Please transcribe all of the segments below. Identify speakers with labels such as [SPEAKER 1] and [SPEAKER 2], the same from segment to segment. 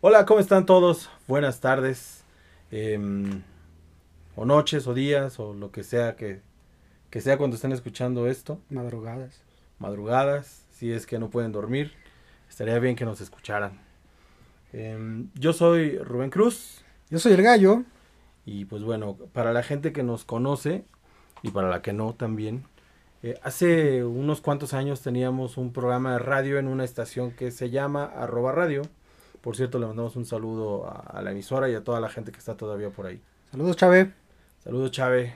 [SPEAKER 1] Hola, ¿cómo están todos? Buenas tardes, em, o noches, o días, o lo que sea que, que sea cuando estén escuchando esto.
[SPEAKER 2] Madrugadas.
[SPEAKER 1] Madrugadas, si es que no pueden dormir, estaría bien que nos escucharan. Em, yo soy Rubén Cruz,
[SPEAKER 2] Yo soy el gallo.
[SPEAKER 1] y pues bueno, para la gente que nos conoce, y para la que no también, eh, hace unos cuantos años teníamos un programa de radio en una estación que se llama arroba radio. Por cierto, le mandamos un saludo a, a la emisora y a toda la gente que está todavía por ahí.
[SPEAKER 2] Saludos, Chave.
[SPEAKER 1] Saludos, Chávez.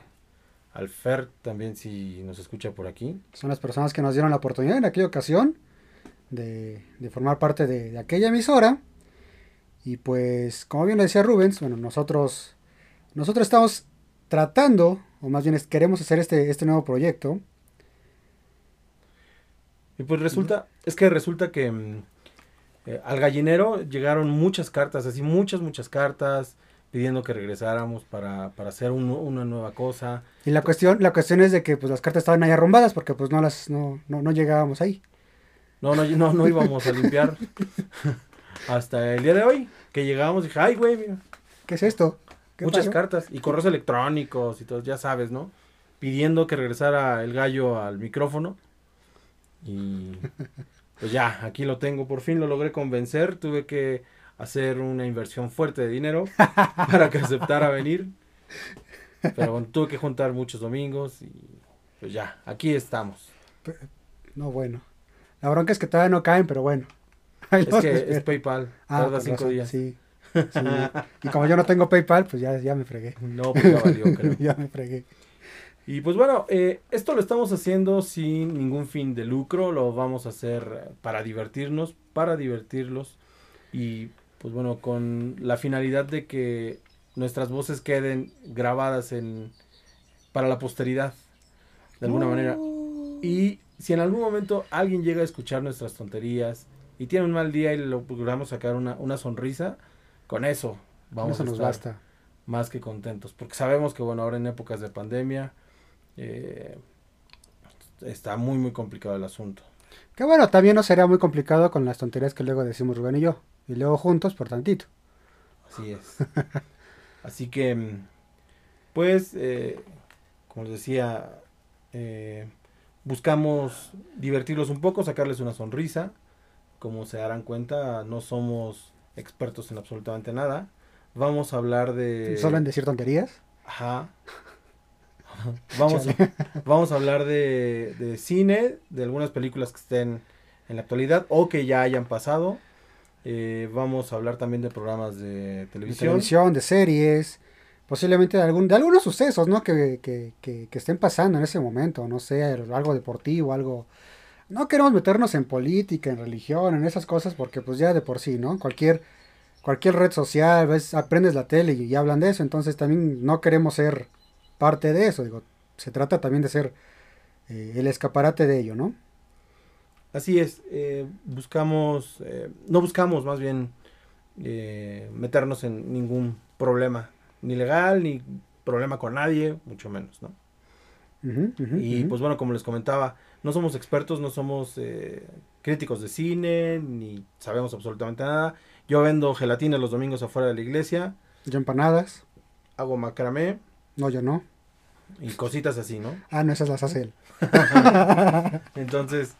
[SPEAKER 1] Al Fer también si nos escucha por aquí.
[SPEAKER 2] Son las personas que nos dieron la oportunidad en aquella ocasión de, de formar parte de, de aquella emisora. Y pues, como bien lo decía Rubens, bueno, nosotros, nosotros estamos tratando, o más bien es- queremos hacer este, este nuevo proyecto.
[SPEAKER 1] Y pues resulta, es que resulta que mm, eh, al gallinero llegaron muchas cartas, así muchas, muchas cartas, pidiendo que regresáramos para, para hacer un- una nueva cosa.
[SPEAKER 2] Y la cuestión, la cuestión es de que pues las cartas estaban ahí arrumbadas porque pues no las, no, no, no llegábamos ahí.
[SPEAKER 1] No, no, no, no íbamos a limpiar hasta el día de hoy, que llegamos y dije, ay, güey, mira,
[SPEAKER 2] ¿Qué es esto? ¿Qué
[SPEAKER 1] muchas
[SPEAKER 2] pasó?
[SPEAKER 1] cartas y correos electrónicos y todo, ya sabes, ¿no? Pidiendo que regresara el gallo al micrófono y pues ya, aquí lo tengo, por fin lo logré convencer, tuve que hacer una inversión fuerte de dinero para que aceptara venir, pero bueno, tuve que juntar muchos domingos y pues ya, aquí estamos.
[SPEAKER 2] No, bueno. La bronca es que todavía no caen, pero bueno. Ahí
[SPEAKER 1] Es
[SPEAKER 2] los
[SPEAKER 1] que
[SPEAKER 2] espero.
[SPEAKER 1] es PayPal,
[SPEAKER 2] pues, Ah,
[SPEAKER 1] tarda
[SPEAKER 2] con
[SPEAKER 1] cinco
[SPEAKER 2] razón,
[SPEAKER 1] días.
[SPEAKER 2] Sí, sí. Y como yo no tengo PayPal, pues ya, ya me fregué.
[SPEAKER 1] No, pues ya valió, creo.
[SPEAKER 2] ya me fregué.
[SPEAKER 1] Y pues bueno, eh, esto lo estamos haciendo sin ningún fin de lucro, lo vamos a hacer eh, para divertirnos, para divertirlos y pues bueno, con la finalidad de que nuestras voces queden grabadas en para la posteridad, de
[SPEAKER 2] Uh.
[SPEAKER 1] alguna manera. Y si en algún momento alguien llega a escuchar nuestras tonterías y tiene un mal día y lo pues logramos sacar una, una sonrisa, con eso
[SPEAKER 2] Vamos
[SPEAKER 1] vamos
[SPEAKER 2] Eso
[SPEAKER 1] a
[SPEAKER 2] nos
[SPEAKER 1] estar
[SPEAKER 2] basta.
[SPEAKER 1] más que contentos. Porque sabemos que, bueno, ahora en épocas de pandemia eh, está muy, muy complicado el asunto.
[SPEAKER 2] Que bueno, también no sería muy complicado con las tonterías que luego decimos Rubén y yo. Y luego juntos, por tantito.
[SPEAKER 1] Así es. Así que, mm, pues, eh, como les decía, eh, buscamos divertirlos un poco, sacarles una sonrisa. Como se darán cuenta, no somos expertos en absolutamente nada. Vamos a hablar de...
[SPEAKER 2] Solo en decir tonterías.
[SPEAKER 1] Ajá. Vamos, a, vamos a hablar de, de cine, de algunas películas que estén en la actualidad o que ya hayan pasado. Eh, vamos a hablar también de programas de
[SPEAKER 2] De
[SPEAKER 1] televisión.
[SPEAKER 2] televisión, de series. Posiblemente de, algún, de algunos sucesos, ¿no? Que, que, que, que estén pasando en ese momento. No sé, algo deportivo, algo... No queremos meternos en política, en religión, en esas cosas, porque pues ya de por sí, ¿no? Cualquier, cualquier red social, ves, aprendes la tele y, y hablan de eso. Entonces también no queremos ser parte de eso. Digo, se trata también de ser eh, el escaparate de ello, ¿no?
[SPEAKER 1] Así es, eh, buscamos, eh, no buscamos más bien eh, meternos en ningún problema, ni legal, ni problema con nadie, mucho menos, ¿no?
[SPEAKER 2] Ujú, ujú,
[SPEAKER 1] Y
[SPEAKER 2] ujú.
[SPEAKER 1] pues bueno, como les comentaba, no somos expertos, no somos eh, críticos de cine, ni sabemos absolutamente nada. Yo vendo gelatinas los domingos afuera de la iglesia,
[SPEAKER 2] Yo empanadas.
[SPEAKER 1] hago macramé
[SPEAKER 2] No, yo no.
[SPEAKER 1] y cositas así, ¿no?
[SPEAKER 2] Ah, no, esas las hace él.
[SPEAKER 1] Entonces,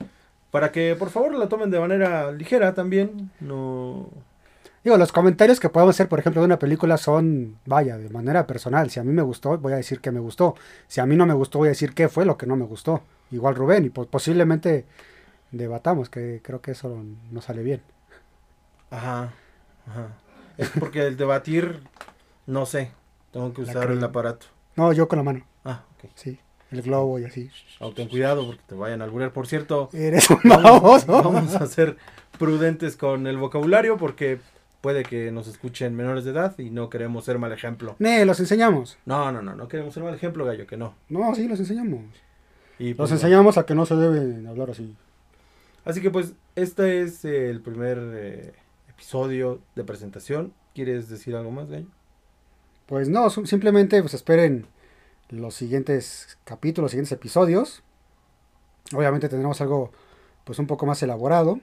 [SPEAKER 1] para que por favor la tomen de manera ligera también, no...
[SPEAKER 2] Digo, los comentarios que podemos hacer, por ejemplo, de una película son, vaya, de manera personal. Si a mí me gustó, voy a decir que me gustó. Si a mí no me gustó, voy a decir qué fue lo que no me gustó. Igual Rubén, y po- posiblemente debatamos, que creo que eso nos sale bien.
[SPEAKER 1] Ajá, ajá. Es porque el debatir, no sé, tengo que
[SPEAKER 2] La
[SPEAKER 1] usar el
[SPEAKER 2] crema.
[SPEAKER 1] aparato.
[SPEAKER 2] No, yo con la mano,
[SPEAKER 1] Ah, ok.
[SPEAKER 2] sí. El globo y así.
[SPEAKER 1] Ah, ten cuidado porque te vayan a alburear. Por cierto,
[SPEAKER 2] Eres un
[SPEAKER 1] Vamos,
[SPEAKER 2] baboso.
[SPEAKER 1] vamos a ser prudentes con el vocabulario porque puede que nos escuchen menores de edad y no queremos ser mal ejemplo.
[SPEAKER 2] Ne, los enseñamos.
[SPEAKER 1] No, no, no, no queremos ser mal ejemplo, gallo, que no.
[SPEAKER 2] No, sí, los enseñamos.
[SPEAKER 1] Y
[SPEAKER 2] Los
[SPEAKER 1] pues,
[SPEAKER 2] enseñamos a que no se deben hablar así.
[SPEAKER 1] bueno. Así que pues este es eh, el primer eh, episodio de presentación. ¿Quieres decir algo más, gallo?
[SPEAKER 2] Pues no, su- simplemente pues esperen los siguientes capítulos, los siguientes episodios. Obviamente tendremos algo pues un poco más elaborado.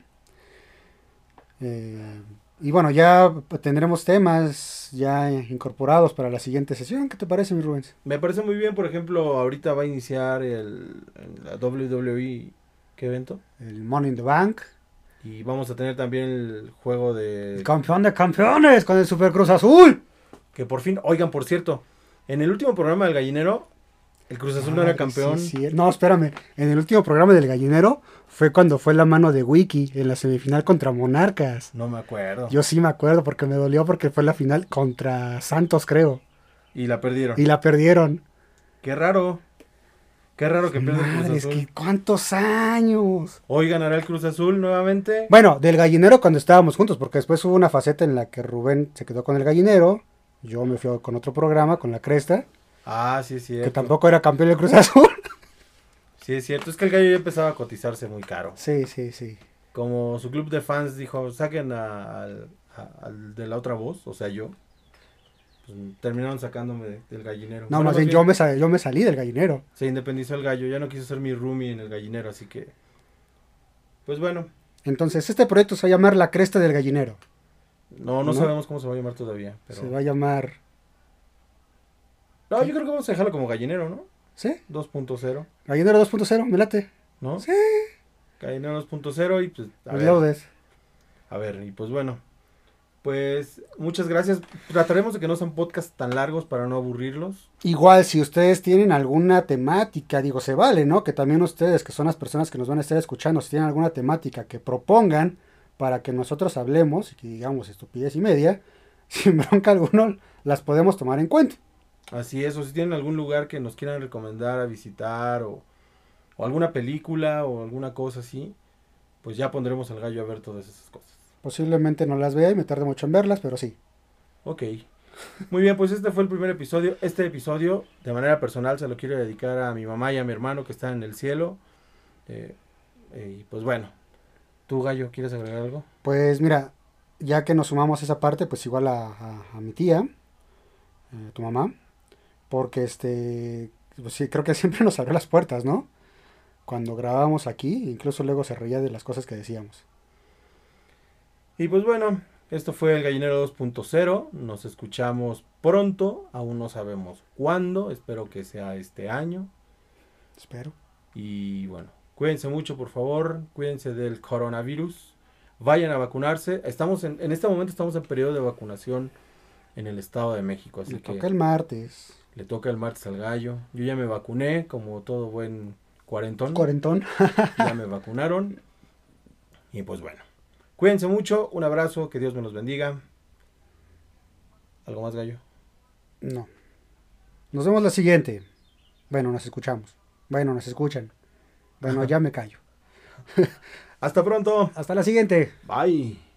[SPEAKER 2] Eh, Y bueno, ya tendremos temas ya incorporados para la siguiente sesión. ¿Qué te parece, mi Rubens?
[SPEAKER 1] Me parece muy bien, por ejemplo, ahorita va a iniciar el, el- la WWE, ¿qué evento?
[SPEAKER 2] El Money in the Bank.
[SPEAKER 1] Y vamos a tener también el juego de...
[SPEAKER 2] Campeón de campeones con el Super Cruz Azul.
[SPEAKER 1] Que por fin, oigan, por cierto, en el último programa del gallinero, el Cruz Azul no
[SPEAKER 2] Madre,
[SPEAKER 1] era campeón.
[SPEAKER 2] Ah, sí, sí. No, espérame. En el último programa del Gallinero fue cuando fue la mano de Wiki en la semifinal contra Monarcas.
[SPEAKER 1] No me acuerdo.
[SPEAKER 2] Yo sí me acuerdo porque me dolió porque fue la final contra Santos, creo.
[SPEAKER 1] Y la perdieron.
[SPEAKER 2] Y la perdieron.
[SPEAKER 1] Qué raro. Qué raro que pierda el
[SPEAKER 2] Madre,
[SPEAKER 1] Cruz
[SPEAKER 2] es
[SPEAKER 1] Azul.
[SPEAKER 2] que cuántos años.
[SPEAKER 1] Hoy ganará el Cruz Azul nuevamente.
[SPEAKER 2] Bueno, del gallinero cuando estábamos juntos, porque después hubo una faceta en la que Rubén se quedó con el gallinero, yo me fui con otro programa, con la cresta,
[SPEAKER 1] Ah, sí es cierto.
[SPEAKER 2] que tampoco era campeón de Cruz Azul.
[SPEAKER 1] Sí es cierto. Es que el gallo ya empezaba a cotizarse muy caro.
[SPEAKER 2] sí, sí, sí.
[SPEAKER 1] Como su club de fans dijo, saquen a- al, a- al de la otra voz, o sea yo. Pues, terminaron sacándome de- del gallinero.
[SPEAKER 2] No,
[SPEAKER 1] Bueno,
[SPEAKER 2] más bien yo me, sa- yo me salí del gallinero.
[SPEAKER 1] Se independizó el gallo, ya no quiso ser mi roomie en el gallinero, así que... Pues bueno,
[SPEAKER 2] Entonces, este proyecto se va a llamar La Cresta del Gallinero.
[SPEAKER 1] no, no,
[SPEAKER 2] No.
[SPEAKER 1] sabemos cómo se va a llamar todavía. Pero...
[SPEAKER 2] Se va a llamar...
[SPEAKER 1] No, yo creo que vamos a dejarlo como gallinero, ¿no?
[SPEAKER 2] ¿Sí?
[SPEAKER 1] 2.0,
[SPEAKER 2] Gallinero 2.0, me late.
[SPEAKER 1] ¿no?
[SPEAKER 2] Sí.
[SPEAKER 1] Gallinero 2.0 y pues... A
[SPEAKER 2] Me
[SPEAKER 1] ver,
[SPEAKER 2] laudes.
[SPEAKER 1] A ver, y pues bueno. Pues muchas gracias. Trataremos de que no sean podcasts tan largos para no aburrirlos.
[SPEAKER 2] Igual, si ustedes tienen alguna temática, digo, se vale, ¿no? Que también ustedes, que son las personas que nos van a estar escuchando, si tienen alguna temática que propongan para que nosotros hablemos y que digamos estupidez y media, sin bronca alguno, las podemos tomar en cuenta.
[SPEAKER 1] Así es, o si tienen algún lugar que nos quieran recomendar a visitar o, o alguna película o alguna cosa así, pues ya pondremos al gallo a ver todas esas cosas.
[SPEAKER 2] Posiblemente no las vea y me tarde mucho en verlas, pero sí.
[SPEAKER 1] Ok. Muy bien, pues este fue el primer episodio. Este episodio, de manera personal, se lo quiero dedicar a mi mamá y a mi hermano que están en el cielo. Eh, eh, y pues bueno, tú gallo, ¿quieres agregar algo?
[SPEAKER 2] Pues mira, ya que nos sumamos a esa parte, pues igual a, a- a mi tía, eh, tu mamá, porque este, pues sí, creo que siempre nos abrió las puertas, ¿no? Cuando grabábamos aquí, incluso luego se reía de las cosas que decíamos.
[SPEAKER 1] Y pues bueno, esto fue el Gallinero 2.0. Nos escuchamos pronto, aún no sabemos cuándo, espero que sea este año.
[SPEAKER 2] Espero.
[SPEAKER 1] Y bueno, cuídense mucho, por favor, cuídense del coronavirus. Vayan a vacunarse. Estamos en, en este momento estamos en periodo de vacunación en el Estado de México, así
[SPEAKER 2] Me
[SPEAKER 1] que
[SPEAKER 2] toca el martes.
[SPEAKER 1] le toca el martes al gallo. Yo ya me vacuné, como todo buen cuarentón.
[SPEAKER 2] Cuarentón.
[SPEAKER 1] ya me vacunaron. Y pues bueno, cuídense mucho, un abrazo, que Dios me los bendiga. ¿Algo más, gallo?
[SPEAKER 2] No. Nos vemos la siguiente. Bueno, nos escuchamos. Bueno, nos escuchan. Bueno,
[SPEAKER 1] Ajá.
[SPEAKER 2] ya me callo.
[SPEAKER 1] Hasta pronto.
[SPEAKER 2] Hasta la siguiente.
[SPEAKER 1] Bye.